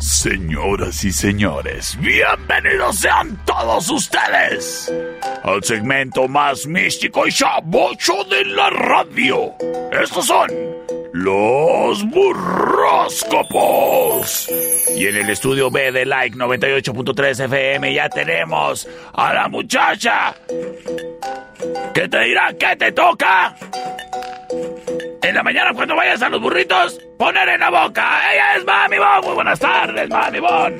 Señoras y señores, bienvenidos sean todos ustedes al segmento más místico y chabocho de la radio. Estos son los burroscopos. Y en el estudio B de Like 98.3 FM ya tenemos a la muchacha que te dirá que te toca. En la mañana cuando vayas a los burritos, poner en la boca. Ella es Mami Bon. Muy buenas tardes, Mami Bon.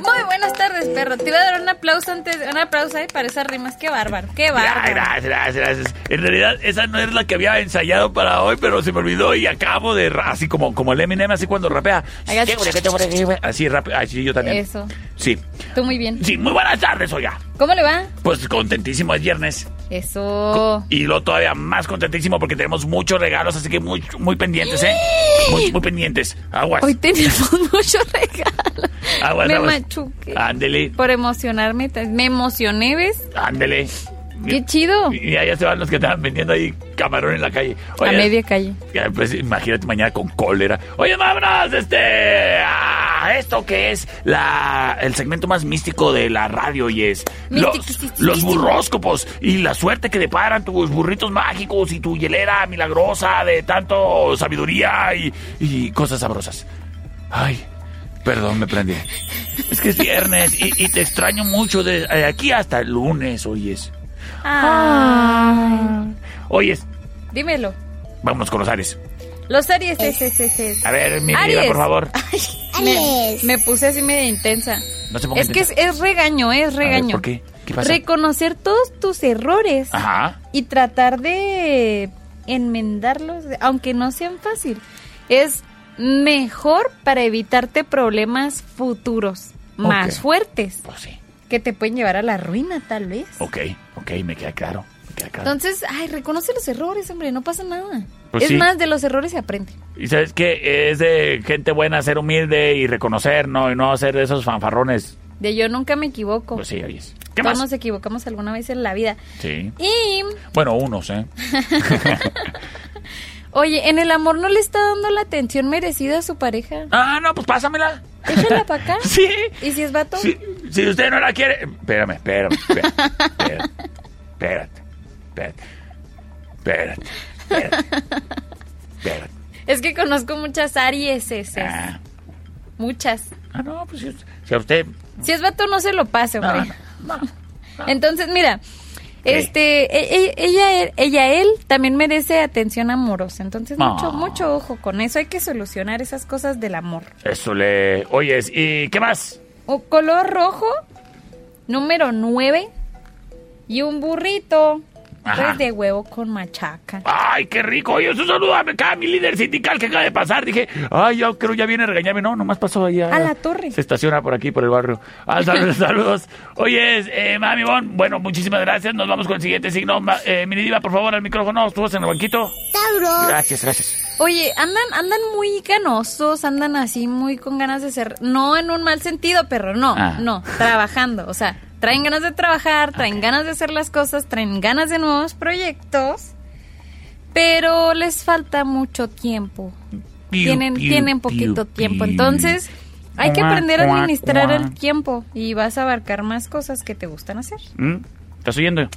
Muy buenas tardes, perro. Te iba a dar un aplauso antes, un aplauso ahí para esas rimas. Qué bárbaro, qué Ah, bárbaro. Gracias, gracias, gracias. En realidad, esa no es la que había ensayado para hoy, pero se me olvidó y acabo de. ra- Así como, como el Eminem, así cuando rapea. Así rápido. Así yo también. Eso. Sí. Tú muy bien. Sí, muy buenas tardes, oiga. ¿Cómo le va? Pues contentísimo, es viernes. Eso. Y lo todavía más contentísimo porque tenemos muchos regalos, así que muy, muy pendientes, ¿eh? Muy, muy pendientes. Aguas. Hoy tenemos muchos regalos. Aguas, me aguas. machuqué. Ándele, Por emocionarme. te- Me emocioné, ¿ves? ándele. Qué chido. Y allá se van los que estaban vendiendo ahí camarón en la calle. A Oye, media calle. Ya, Pues imagínate mañana con cólera. Oye, vámonos, este. a esto que es la, el segmento más místico de la radio y es los, Mistiquisistísimo. los burróscopos y la suerte que deparan tus burritos mágicos y tu hielera milagrosa de tanto sabiduría y, y cosas sabrosas. Ay, perdón, me prendí. Es que es viernes y, y te extraño mucho de de aquí hasta el lunes, hoy es. Ah. Hoy es. Ah. Dímelo. Vámonos con los Aries. Los Aries. es, es, es, es. A ver, mi vida, Aries. por favor. Me, me puse así media intensa. No se ponga es que es, intensa. es regaño, es regaño. ¿por qué? ¿Qué pasa? Reconocer todos tus errores. Ajá. y tratar de enmendarlos, aunque no sean fácil. Es mejor para evitarte problemas futuros, más Ok. fuertes, Pues sí. que te pueden llevar a la ruina tal vez. Ok, ok, me queda claro. Me queda claro. Entonces, ay, reconoce los errores, hombre, no pasa nada. Pues es sí. más, de los errores se aprende. y sabes que es de gente buena ser humilde y reconocer, ¿no? Y no hacer de esos fanfarrones. De yo nunca me equivoco. Pues sí, oyes. ¿Qué más? Todos nos equivocamos alguna vez en la vida. Sí. Y, Bueno, unos, ¿eh? oye, en el amor no le está dando la atención merecida a su pareja. Ah, no, pues pásamela. Déjala para acá. Sí. ¿Eh? ¿Y si es vato? Si, si usted no la quiere. Espérame, espérame. Espérate. Espérate. Espérate. Espérate. Espérate. espérate. Es que conozco muchas Aries. ese. Ah, Muchas. ah, no, pues si, si a usted. Si es vato, no se lo pase, No, hombre. no, no. Entonces, mira, ¿Qué? este, e- e- ella, él- ella, él también merece atención amorosa. Entonces, Ah. mucho, mucho ojo con eso. Hay que solucionar esas cosas del amor. Eso le. Oyes, ¿y qué más? O color rojo, número 9, y un burrito Ajá. pues, de huevo con machaca. ¡Ay, qué rico! Oye, eso saluda acá a mi líder sindical que acaba de pasar. Dije, ay, yo creo ya viene a regañarme. No, nomás pasó allá. A la torre. Se estaciona por aquí, por el barrio. Ah, saludos, saludos. Oye, eh, Mami Bon, bueno, muchísimas gracias. Nos vamos con el siguiente signo. Ma- Eh, mini Diva, por favor, al micrófono. ¿Estuvas en el banquito? Gracias, gracias. Oye, andan, andan muy ganosos, andan así muy con ganas de ser, no en un mal sentido, pero no, Ah. no, trabajando, o sea, traen ganas de trabajar, traen ganas de hacer las cosas, traen ganas de nuevos proyectos, pero les falta mucho tiempo. Piu, tienen piu, tienen piu, poquito piu. tiempo, entonces hay que Cuac, aprender a cuac, administrar el cuac. tiempo y vas a abarcar más cosas que te gustan hacer. ¿Mm? ¿Estás oyendo?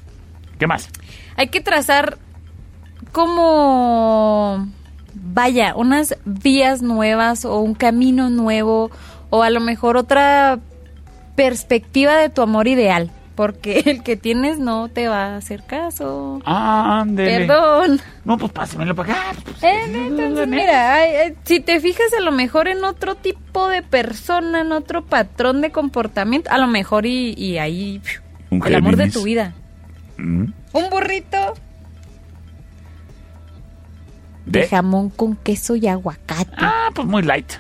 ¿Qué más? Hay que trazar como, vaya, unas vías nuevas o un camino nuevo o a lo mejor otra perspectiva de tu amor ideal, porque el que tienes no te va a hacer caso. Ándele. Perdón. No, pues pásemelo para acá. Pues, Eh, no, entonces, mira, ay, ay, si te fijas a lo mejor en otro tipo de persona, en otro patrón de comportamiento, a lo mejor y, y ahí pfiu, Un el amor de Géminis. tu vida. Mm. Un burrito de, ¿De? jamón con queso y aguacate. Ah, pues muy light.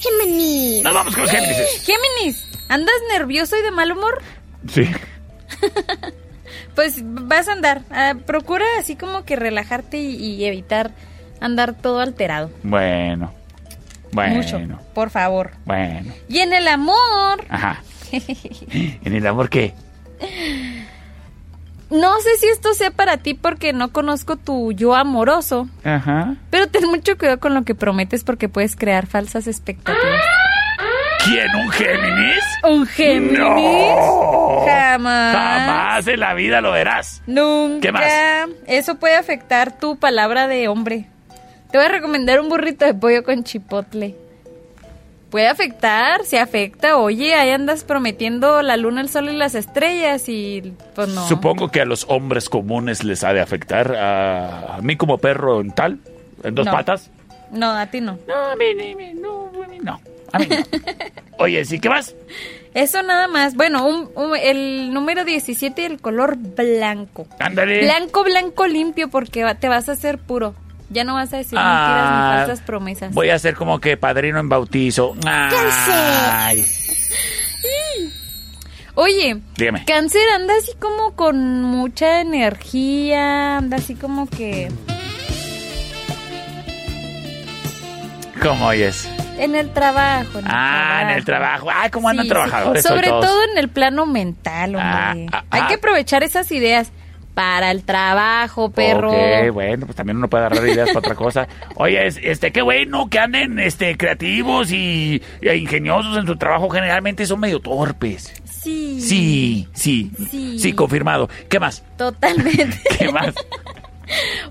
Géminis. Nos vamos con Géminis. Géminis, ¿andas nervioso y de mal humor? Sí. Pues vas a andar. Ah, procura así como que relajarte y, y evitar andar todo alterado. Bueno. Bueno. Mucho, por favor. Bueno. Y en el amor, Ajá. ¿En el amor qué? no sé si esto sea para ti porque no conozco tu yo amoroso, Ajá. pero ten mucho cuidado con lo que prometes porque puedes crear falsas expectativas. ¿Quién? ¿Un Géminis? ¿Un Géminis? ¡Ah! ¡No! Jamás. Jamás en la vida lo verás. Nunca. ¿Qué más? Eso puede afectar tu palabra de hombre. Te voy a recomendar un burrito de pollo con chipotle. Puede afectar, se afecta. Oye, ahí andas prometiendo la luna, el sol y las estrellas y pues no. Supongo que a los hombres comunes les ha de afectar. A, a mí como perro en tal, en dos No. patas. No, a ti no. No, a mí, ni- ni- no, a mí no. A mí no. Oye, ¿sí qué más? Eso nada más. Bueno, un- un- el número 17 y el color blanco. Ándale. Blanco, blanco, limpio porque va- te vas a hacer puro. Ya no vas a decir Ah, mentiras ni falsas promesas. Voy a ser como que padrino en bautizo. Ay, Oye, dígame. Cáncer anda así como con mucha energía, anda así como que ¿Cómo oyes? en el trabajo. Ah, en el trabajo. Ay, cómo andan Sí, sí. trabajadores. hoy Sobre todos. todo en el plano mental, hombre. Ah, ah, Hay ah. que aprovechar esas ideas para el trabajo, perro. Ok, bueno, pues también uno puede agarrar ideas para otra cosa. Oye, es- este, qué bueno que anden este, creativos y, e ingeniosos en su trabajo. Generalmente son medio torpes. Sí. Sí, sí, sí, Sí. confirmado. ¿Qué más? Totalmente. ¿Qué más?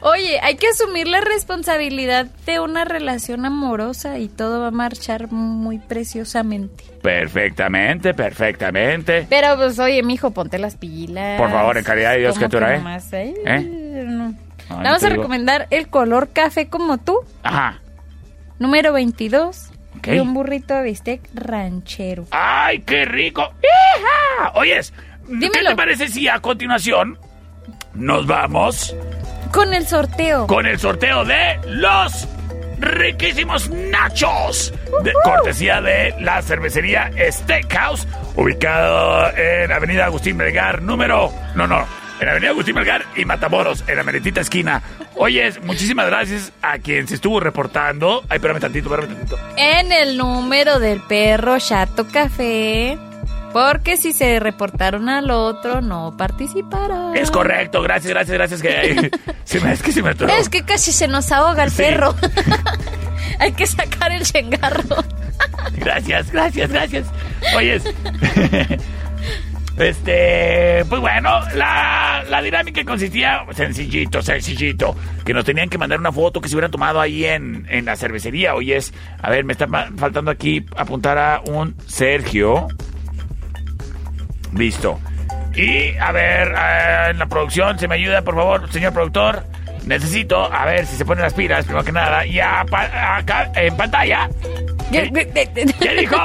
Oye, hay que asumir la responsabilidad de una relación amorosa y todo va a marchar muy preciosamente. perfectamente, perfectamente. Pero pues oye, mijo, ponte las pilas. Por favor, en calidad de Dios ¿Cómo que tú eres? nomás, ay, ¿Eh? no. no Le vamos te a digo. recomendar el color café como tú, Ajá. número 22, Ok. y un burrito de bistec ranchero. ¡Ay, qué rico! ¡Hija! Oyes, ¿qué Dímelo. te parece si a continuación nos vamos Con el sorteo. con el sorteo de los riquísimos nachos? De cortesía de la cervecería Steakhouse, ubicado en Avenida Agustín Belgar, número. No, no. En Avenida Agustín Belgar y Matamoros, en la meritita esquina. Oyes, muchísimas gracias a quien se estuvo reportando. Ay, espérame tantito, espérame tantito. En el número del perro chato café. Porque si se reportaron al otro, no participaron. Es correcto, gracias, gracias, gracias. Que, se me, es que se me atoró. Es que casi se nos ahoga el Sí. perro. Hay que sacar el chengarro. Gracias, gracias, gracias. Oyes. Este, pues bueno, la, la dinámica consistía sencillito, sencillito, que nos tenían que mandar una foto que se hubieran tomado ahí en, en la cervecería. Oyes, a ver, me está ma- faltando aquí apuntar a un Sergio. Listo. Y a ver, eh, en la producción, ¿se me ayuda, por favor, señor productor? Necesito, a ver si se ponen las pilas, primero que nada. Y a pa- acá en pantalla. ¿Qué dijo?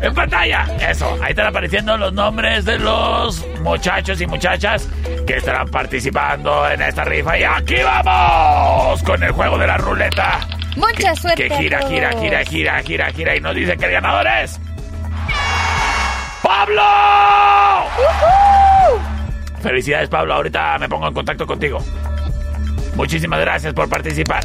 En pantalla. Eso, ahí están apareciendo los nombres de los muchachos y muchachas que estarán participando en esta rifa. Y aquí vamos con el juego de la ruleta. Mucha que, suerte. Que a gira, gira, todos. gira, gira, gira, gira. Y nos dice que el ganador es. ¡Pablo! Felicidades, Pablo. Ahorita me pongo en contacto contigo. Muchísimas gracias por participar.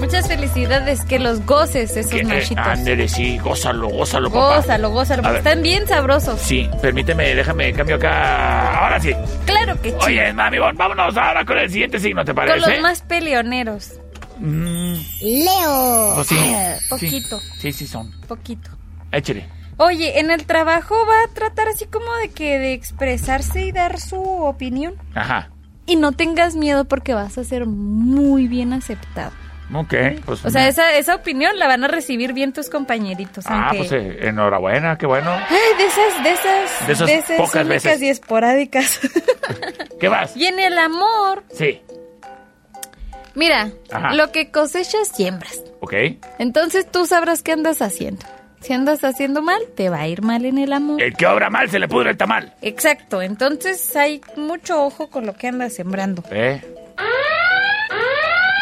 Muchas felicidades, que los goces Que, esos eh, machitos. ándele, sí, gózalo, gózalo, papá. Gózalo, gózalo, A porque ver. están bien sabrosos. Sí, permíteme, déjame, cambio acá. Ahora sí. Claro que sí. Oye, mami, bon, vámonos ahora con el siguiente signo, ¿te Con parece? los más peleoneros. Mm, Leo. pues sí. Ah, Sí. poquito. Sí, sí, son. Poquito. Échale. Oye, en el trabajo va a tratar así como de que de expresarse y dar su opinión. Ajá. Y no tengas miedo porque vas a ser muy bien aceptado. Ok, pues. O sea, esa, esa opinión la van a recibir bien tus compañeritos. Ah, aunque- pues eh, enhorabuena, qué bueno. Ay, de esas, de esas, De esas pocas únicas veces. y esporádicas. ¿Qué más? y en el amor, Sí. mira, Ajá. lo que cosechas siembras. Ok. Entonces tú sabrás qué andas haciendo. Si andas haciendo mal, te va a ir mal en el amor. El que obra mal se le pudre el tamal. Exacto, entonces hay mucho ojo con lo que andas sembrando. ¿Eh?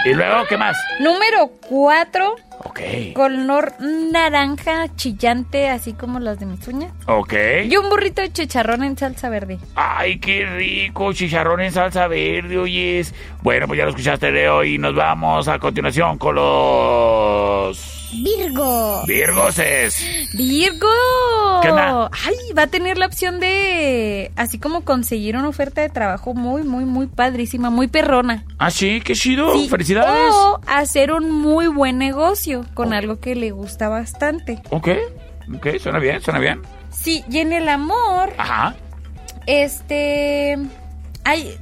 ¿Y luego qué más? Número 4, Ok. color naranja chillante, así como las de mis uñas. Ok. Y un burrito de chicharrón en salsa verde. Ay, qué rico, chicharrón en salsa verde, oyes. Bueno, pues ya lo escuchaste de hoy. Nos vamos a continuación con los Virgo. Virgoses. ¡Virgo! ¿Qué onda? ¡Ay! Va a tener la opción de, así como conseguir una oferta de trabajo muy, muy, muy padrísima, muy perrona. Ah, sí, qué chido. Sí, Oh. Felicidades. O hacer un muy buen negocio con algo que le gusta bastante. Ok, ok, suena bien, suena bien. Sí, y en el amor, Ajá. este. Hay.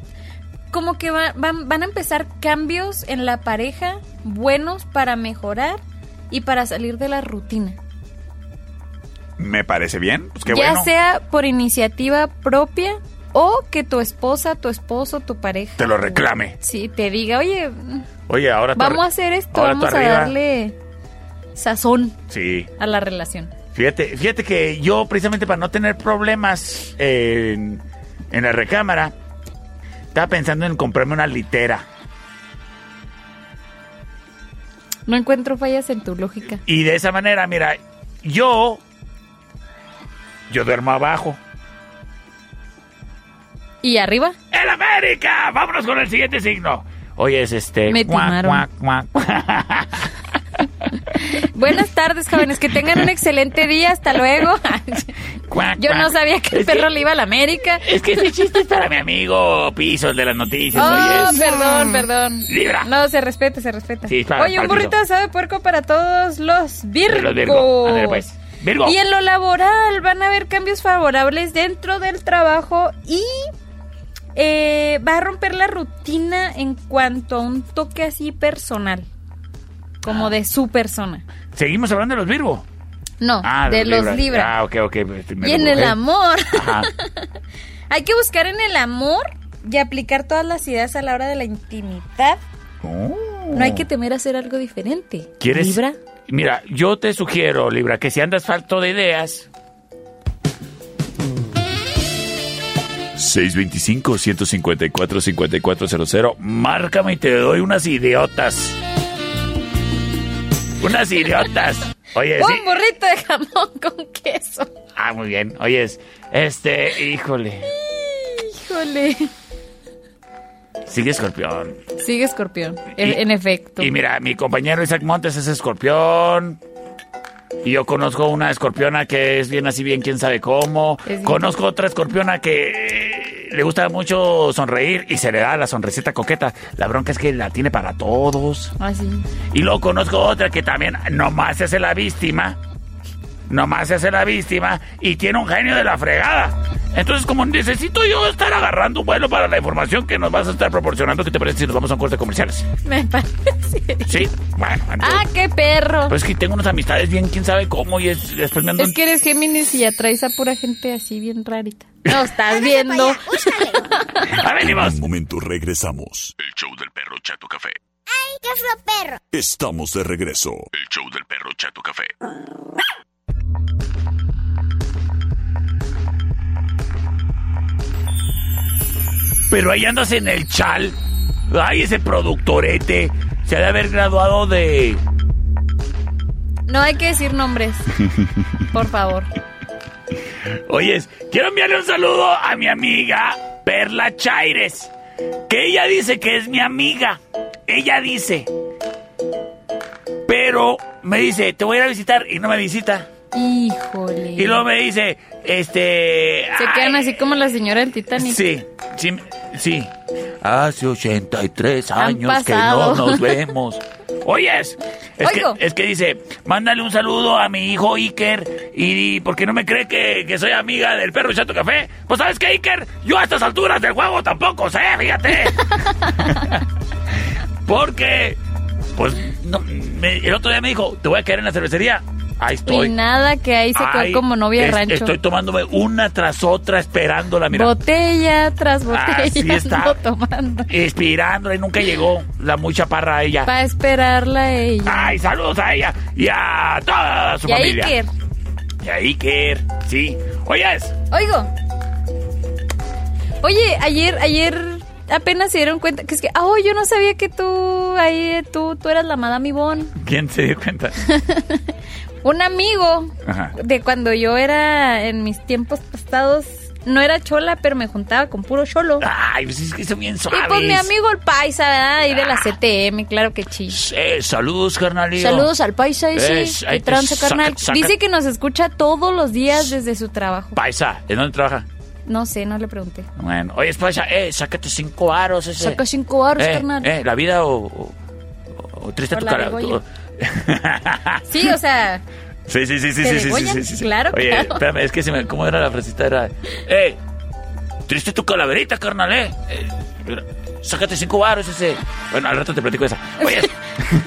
Como que va- van, van a empezar cambios en la pareja buenos para mejorar y para salir de la rutina. Me parece bien. Pues qué ya bueno. sea por iniciativa propia o que tu esposa, tu esposo, tu pareja. Te lo reclame. Sí, te diga, oye, Oye, ahora tú vamos arri- a hacer esto, ahora tú vamos a arriba. darle sazón Sí. a la relación. Fíjate, fíjate que yo, precisamente para no tener problemas eh, en, en la recámara, estaba pensando en comprarme una litera. No encuentro fallas en tu lógica. Y de esa manera, mira, yo. Yo duermo abajo. ¿Y arriba? ¡El América! Vámonos con el siguiente signo. Oye, es este. Me cuac, timaron. cuac, cuac, cuac. Buenas tardes, jóvenes. Que tengan un excelente día. Hasta luego. Cuac, Yo no cuac. sabía que el Es que- perro le iba a la América. Es que ese chiste es para mi amigo Pisos de las noticias. Oh, oye. perdón, perdón. Libra. No, se respeta, se respeta. Sí, para- Oye, un para el burrito piso. asado de puerco para todos los De virgos. los Virgo. Ándale, pues. Virgo. Y en lo laboral van a haber cambios favorables dentro del trabajo y eh, va a romper la rutina en cuanto a un toque así personal, como de su persona. Seguimos hablando de los Virgo. No, de los libros. Ah, ok, ok. me y en el equivoqué. amor, Ajá. hay que buscar en el amor y aplicar todas las ideas a la hora de la intimidad. No hay que temer hacer algo diferente. Oh. ¿Quieres? Libra. Mira, yo te sugiero, Libra, que si andas falto de ideas. 625-154-5400. Márcame y te doy unas idiotas. Unas idiotas. Oye, sí. Un burrito de jamón con queso. Ah, muy bien. Oye, este, híjole. Híjole. Sigue escorpión. Sigue escorpión, Y- en efecto. Y mira, mi compañero Isaac Montes es escorpión. Y yo conozco una escorpiona que es bien así, bien quién sabe cómo. Es bien- Conozco otra escorpiona que eh, le gusta mucho sonreír y se le da la sonrisita coqueta. La bronca es que la tiene para todos. Así. Y luego conozco otra que también nomás se hace la víctima. Nomás se hace la víctima y tiene un genio de la fregada. Entonces, como necesito yo estar agarrando un vuelo para la información que nos vas a estar proporcionando, ¿qué te parece si nos vamos a un corte comerciales? Me parece. Sí, bueno. entonces- ¡Ah, qué perro! Pues es que tengo unas amistades bien, quién sabe cómo, y es, después me ando... es que eres Géminis y atraes a pura gente así bien rarita. No estás viendo. ¡Ah, venimos! En un momento regresamos. El show del perro Chato Café. ¡Qué feo perro! Estamos de regreso. El show del perro Chato Café. Pero ahí andas en el chal. ¡Ay, ese productorete! Se ha de haber graduado de... No hay que decir nombres. Por favor. Oyes, quiero enviarle un saludo a mi amiga Perla Chaires, que ella dice que es mi amiga. Ella dice. Pero me dice, te voy a ir a visitar y no me visita. Híjole. Y luego me dice, este... Se quedan ay, así como la señora del Titanic. Sí, sí, sí. Hace 83 Han años que no pasado. nos vemos. Oyes, es que, Oigo. es que dice, mándale un saludo a mi hijo Iker y porque no me cree que, que soy amiga del perro Chato Café. Pues sabes que Iker, yo a estas alturas del juego tampoco sé, fíjate. porque, pues, no, me- el otro día me dijo, te voy a quedar en la cervecería. Ahí Y estoy. nada que ahí se Ay, quedó como novia de es- rancho. Estoy tomándome una tras otra esperándola, mira. Botella tras botella Así está. ando tomando. Inspirándola y nunca llegó la mucha parra a ella. Para esperarla a ella. Ay, saludos a ella y a toda Ah, su Y a familia. Iker. De ahí que. Sí. Oyes. Oigo. Oye, ayer, ayer apenas se dieron cuenta que es que, ah, oh, yo no sabía que tú, ahí, tú, tú eras la Madame Yvonne. ¿Quién se dio cuenta? Un amigo Ajá. de cuando yo era en mis tiempos pasados, no era chola, pero me juntaba con puro cholo. Ay, pues es que son bien suaves. Ah. Y pues mi amigo el paisa, ¿verdad? Ahí de la CTM, claro que sí. Eh, saludos, carnalito. Saludos al paisa ese, Eh, sí, ay, que tranza, saca- carnal. saca- Dice que nos escucha todos los días desde su trabajo. Paisa, ¿en dónde trabaja? No sé, no le pregunté. Bueno, oye, Paisa, eh, sácate cinco varos ese. Saca cinco baros, eh, carnal. eh, la vida o, o- o triste O tu la cara. degollo. tu- Sí, o sea, Sí, sí, sí, sí, ¿Te sí, sí, sí, degollan? sí, sí, sí. Claro, Oye, claro. espérame, es que se me, ¿cómo era la frasita? Era, eh, triste tu calaverita, carnal, eh. Eh, sácate cinco varos ese. Bueno, al rato te platico esa. Oye,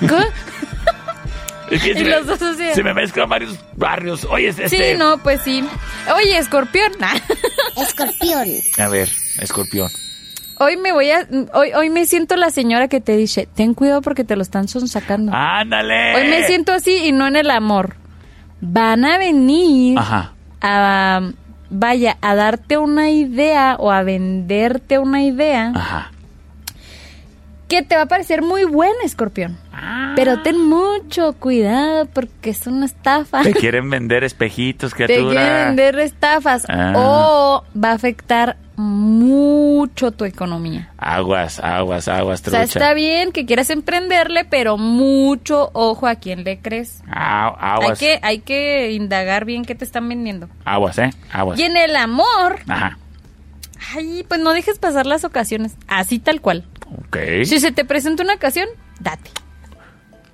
¿qué? es que Y me- los dos así. se me mezclan varios barrios. Oye, este. Sí, no, pues sí. Oye, escorpión. nah. escorpión, A ver, escorpión. Hoy me voy a. Hoy, hoy me siento la señora que te dice: ten cuidado porque te lo están sonsacando. Ah, Ándale. Hoy me siento así y no en el amor. Van a venir Ajá. a. Vaya, a darte una idea o a venderte una idea Ajá. que te va a parecer muy buena, escorpión. Pero ten mucho cuidado porque es una estafa. Te quieren vender espejitos, Te criatura. quieren vender estafas Ah. o va a afectar mucho tu economía. Aguas, aguas, aguas, O trucha. sea, está bien que quieras emprenderle, pero mucho ojo a quién le crees. Au- Hay aguas. que, hay que indagar bien qué te están vendiendo. Aguas, ¿eh? Aguas. Y en el amor, Ajá. ay, pues no dejes pasar las ocasiones, así tal cual. Ok. Si se te presenta una ocasión, date.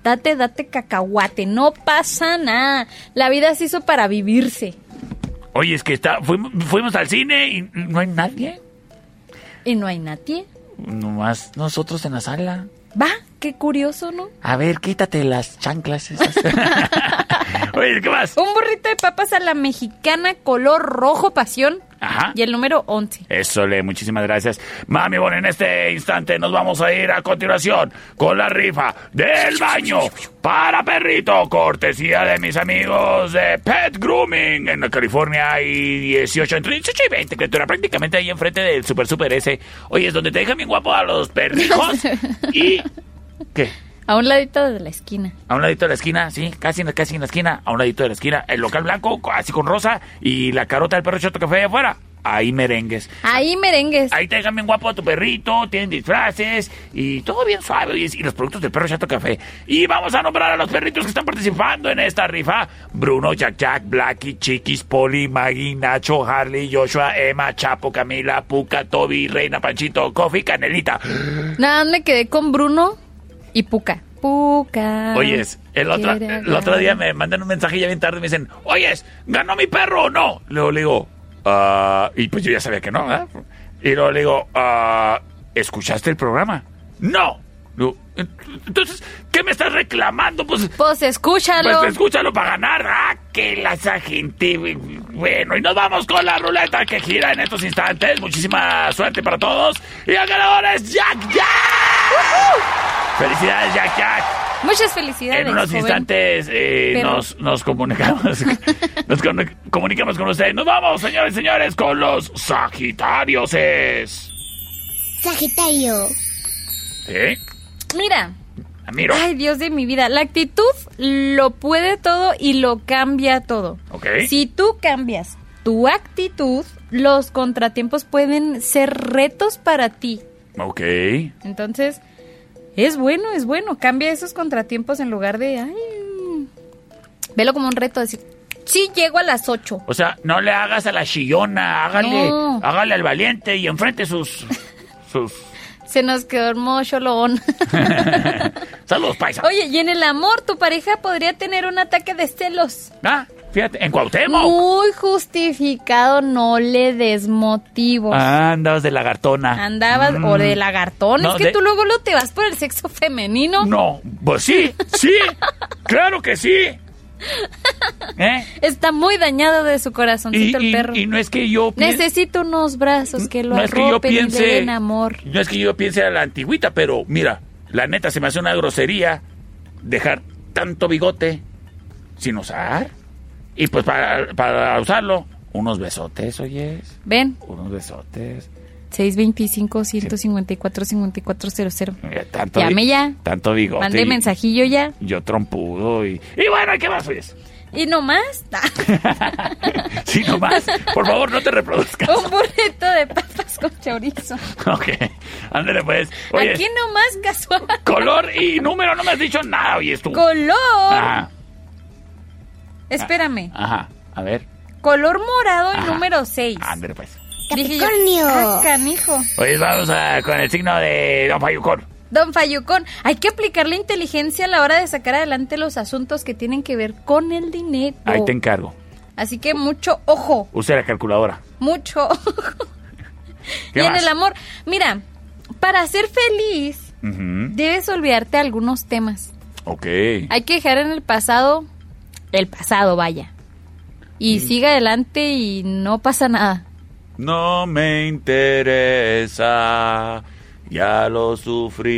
Date, date cacahuate, no pasa nada. La vida se hizo para vivirse. Oye, es que está, fuimos, fuimos al cine y no hay nadie. Y no hay nadie. Nomás nosotros en la sala. Va, qué curioso, ¿no? A ver, quítate las chanclas esas. Oye, ¿qué más? Un burrito de papas a la mexicana color rojo pasión. Ajá. Y el número 11. Eso, Le, muchísimas gracias. Mami, bueno, en este instante nos vamos a ir a continuación con la rifa del baño para perrito, cortesía de mis amigos de Pet Grooming en la California y 18, entre 18 y 20, criatura, prácticamente ahí enfrente del Super Super S. Oye, es donde te dejan bien guapo a los perrijos y... ¿Qué? A un ladito de la esquina. A un ladito de la esquina, sí, casi, en la- casi en la esquina, a un ladito de la esquina, el local blanco, así con rosa, y la carota del perro chato café allá afuera, ahí merengues. Ahí merengues. Ahí te dejan bien guapo a tu perrito, tienen disfraces y todo bien suave. Y, y los productos del perro Chato Café. Y vamos a nombrar a los perritos que están participando en esta rifa: Bruno, Jack Jack, Blacky, Chiquis, Poli, Maggie, Nacho, Harley, Joshua, Emma, Chapo, Camila, Puca, Toby, Reina, Panchito, Coffee, Canelita. Nada, más me quedé con Bruno y Puca. Puca. Oyes, el otro, quiere el otro día agarrar. me mandan un mensaje ya bien tarde y me dicen, oyes, ¿ganó mi perro o no? Luego le digo, "Ah", y pues yo ya sabía que no, ¿verdad? Y luego le digo, "Ah, ¿escuchaste el programa? No. Luego, "Ent- Entonces, ¿qué me estás reclamando? Pues, Pues escúchalo. pues escúchalo para ganar. Ah, que la esa gente. Bueno, y nos vamos con la ruleta que gira en estos instantes. Muchísima suerte para todos. Y el ganador es Jack Jack. Felicidades, Jack Jack. Muchas felicidades. En unos joven. instantes eh, Pero- nos, nos comunicamos nos con- comunicamos con ustedes. Nos vamos, señores y señores, con los Sagitarios. Es... sagitario, ¿Eh? Ah, Mira. Miro. Ay, Dios de mi vida. La actitud lo puede todo y lo cambia todo. Ok. Si tú cambias tu actitud, los contratiempos pueden ser retos para ti. Ok. Entonces, es bueno, es bueno. Cambia esos contratiempos en lugar de, ay, velo como un reto, decir, sí llego a las 8. O sea, no le hagas a la chillona. Hágale, No. hágale al valiente y enfrente sus... sus... Se nos quedó hermoso loón. Saludos, paisa. Oye, y en el amor, tu pareja podría tener un ataque de celos. Ah, fíjate, en Cuauhtémoc. Muy justificado, no le des motivos. Ah, andabas de lagartona. Andabas o de Ah. lagartón. Mm. No, es que de- tú luego lo te vas por el sexo femenino. No, pues sí, sí. claro que sí. ¿Eh? Está muy dañado de su Y, corazoncito y- el perro. y no es que yo pien- Necesito unos brazos que lo no es que yo arropen y piense le den amor. No es que yo piense a la antigüita, pero mira, la neta se me hace una grosería dejar tanto bigote sin usar. Y pues para, para usarlo, unos besotes, oyes. Ven, Unos besotes. 625 154 5400 Mira, Tanto Llame bi- ya. Tanto bigote. Mande y- mensajillo ya. Yo trompudo y... Y bueno, ¿qué más, oyes? Y nomás, ah, Sí, nomás. Por favor, no te reproduzcas. un burrito de papas con chorizo. Ok. Ándale, pues. Oye, Aquí nomás casual. color y número, no me has dicho nada, oyes tú. Color. Ajá, Espérame. ajá. A ver. Color morado el Ajá. número 6. Ándale, pues. Capricornio. Ah, canijo. Oye, vamos a- con el signo de Don Fayucor. Don Fayucón, hay que aplicar la inteligencia a la hora de sacar adelante los asuntos que tienen que ver con el dinero. Ahí te encargo. Así que mucho ojo, Use la calculadora. mucho ojo. ¿Qué y en más? el amor, mira, para ser feliz Ujú. debes olvidarte de algunos temas. Ok. Hay que dejar en el pasado, el pasado, vaya. Y siga adelante y no pasa nada. No me interesa. Ya lo sufrí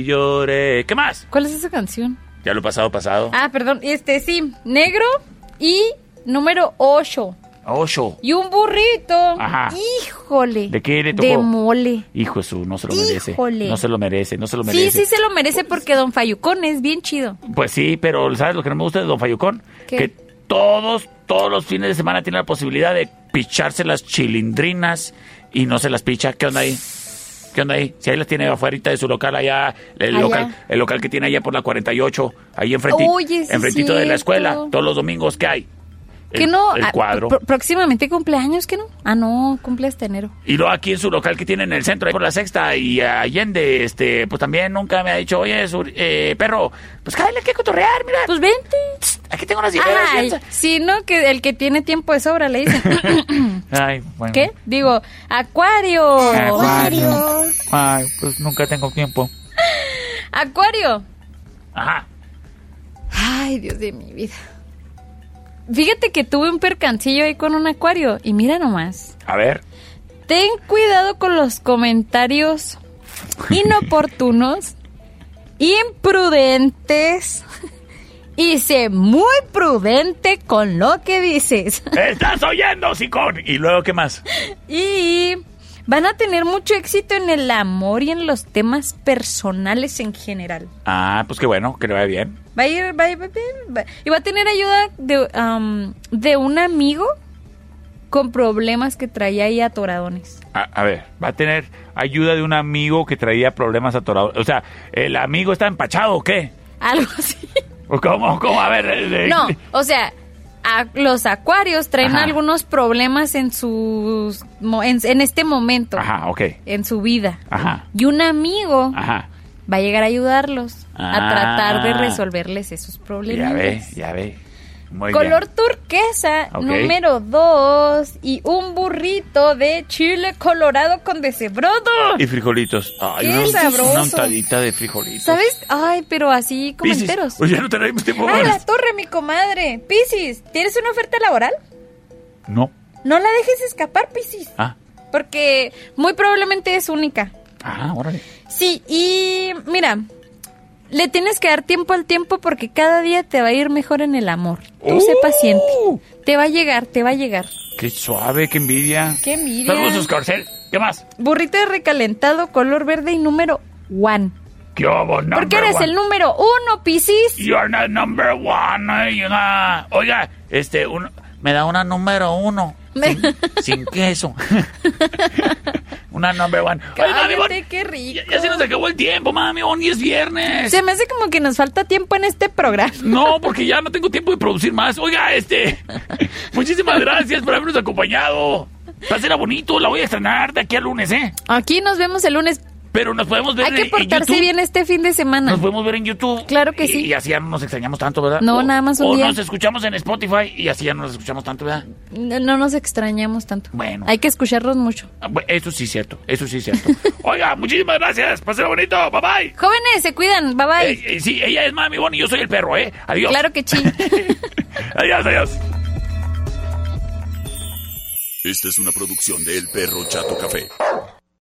y lloré. ¿Qué más? ¿Cuál es esa canción? Ya lo pasado, pasado. Ah, perdón, este sí, negro y número 8. Ocho. Y un burrito. Ajá. Híjole. ¿De qué le tocó? De mole. Hijo Jesús, no se lo merece. Híjole. No se lo merece, no se lo Sí, merece. sí se lo merece porque Don Fayucón es bien chido. Pues sí, pero ¿sabes lo que no me gusta de Don Fayucón? ¿Qué? Que todos, todos los fines de semana tiene la posibilidad de picharse las chilindrinas y no se las picha. ¿Qué onda ahí? ¿Qué onda ahí? Si ahí las tiene afuera de su local, allá, el, Allá. Local, el local que tiene allá por la 48, ahí enfrenti, Oye, sí enfrentito de la cierto. escuela, todos los domingos, ¿qué hay? El- ¿Qué no? El Ah, cuadro. pr- próximamente cumpleaños, ¿qué no? Ah, no, cumple hasta enero. Y luego aquí en su local que tiene en el centro, ahí por la sexta y Allende, este, pues también nunca me ha dicho, oye, su- eh, perro, pues cállate que cotorrear, mira. Pues vente. Tss, aquí tengo unas ideas. Ay, ¿cierto? sí, no, que el que tiene tiempo de sobra le dicen. Ay, bueno. ¿Qué? Digo, Acuario. Acuario. Ay, pues nunca tengo tiempo. Acuario. Ajá. Ay, Dios de mi vida. Fíjate que tuve un percancillo ahí con un acuario. Y mira nomás. A ver. Ten cuidado con los comentarios inoportunos, imprudentes y sé muy prudente con lo que dices. ¡Estás oyendo, Sicón! ¿Y luego qué más? Y van a tener mucho éxito en el amor y en los temas personales en general. Ah, pues qué bueno, que le vaya bien. Va a ir, va a ir, va a ir, va- y va a tener ayuda de, am, de un amigo con problemas que traía ahí atoradones. A, a ver, va a tener ayuda de un amigo que traía problemas atorados. O sea, ¿el amigo está empachado o qué? Algo así. ¿O ¿Cómo? ¿Cómo? A ver. eh, eh, No, o sea, a- los acuarios traen Ajá. algunos problemas en sus mo- en, en este momento, Ajá, ok. en su vida. Ajá. Y un amigo Ajá. va a llegar a ayudarlos Ah. a tratar de resolverles esos problemas. Ya ve, ya ve. Muy Color bien. turquesa, Ok. número 2, y un burrito de chile colorado con deshebrado. Y frijolitos. Ay, ¡Qué una- sabroso! Una untadita de frijolitos. ¿Sabes? Ay, pero así como Piscis, enteros. Pues ya no tenemos tiempo. ¡Ah, la torre, mi comadre! Piscis, ¿tienes una oferta laboral? No. No la dejes escapar, Piscis. Ah. Porque muy probablemente es única. Ah, órale. Sí, y mira, le tienes que dar tiempo al tiempo porque cada día te va a ir mejor en el amor. Tú sé ¡Uh! paciente. Te va a llegar, te va a llegar. Qué suave, qué envidia. ¡Qué envidia! Saludos, Oscarcel. ¿Qué más? Burrito de recalentado, color verde y número one. ¿Qué hubo? Number porque eres one. el número uno, Piscis. You're not number one. Oiga, oiga este, un- me da una número uno. Me- Sin, sin queso. una number one. Oye, mami, Cállate, bon, qué rico. ya, ya se nos acabó el tiempo, mami. Bon, y es viernes. Se me hace como que nos falta tiempo en este programa. No, porque ya no tengo tiempo de producir más. Oiga, este. Muchísimas gracias por habernos acompañado. Pásenla bonito, la voy a estrenar de aquí al lunes, ¿eh? Aquí nos vemos el lunes. Pero nos podemos ver Hay en- que en portarse YouTube. bien este fin de semana. Nos podemos ver en YouTube. Claro que Y- sí. Y así ya no nos extrañamos tanto, ¿verdad? No, O- nada más un o día. nos escuchamos en Spotify y así ya no nos escuchamos tanto, ¿verdad? No, no nos extrañamos tanto. Bueno. Hay que escucharlos mucho. Ah, bueno, Eso sí es cierto, eso sí es cierto. Oiga, muchísimas gracias. Pásenlo bonito. Bye bye. Jóvenes, se cuidan. Bye bye. Eh, eh, sí, ella es mami, bueno, y yo soy el perro, ¿eh? Adiós. Claro que sí. Adiós, adiós. Esta es una producción de El Perro Chato Café.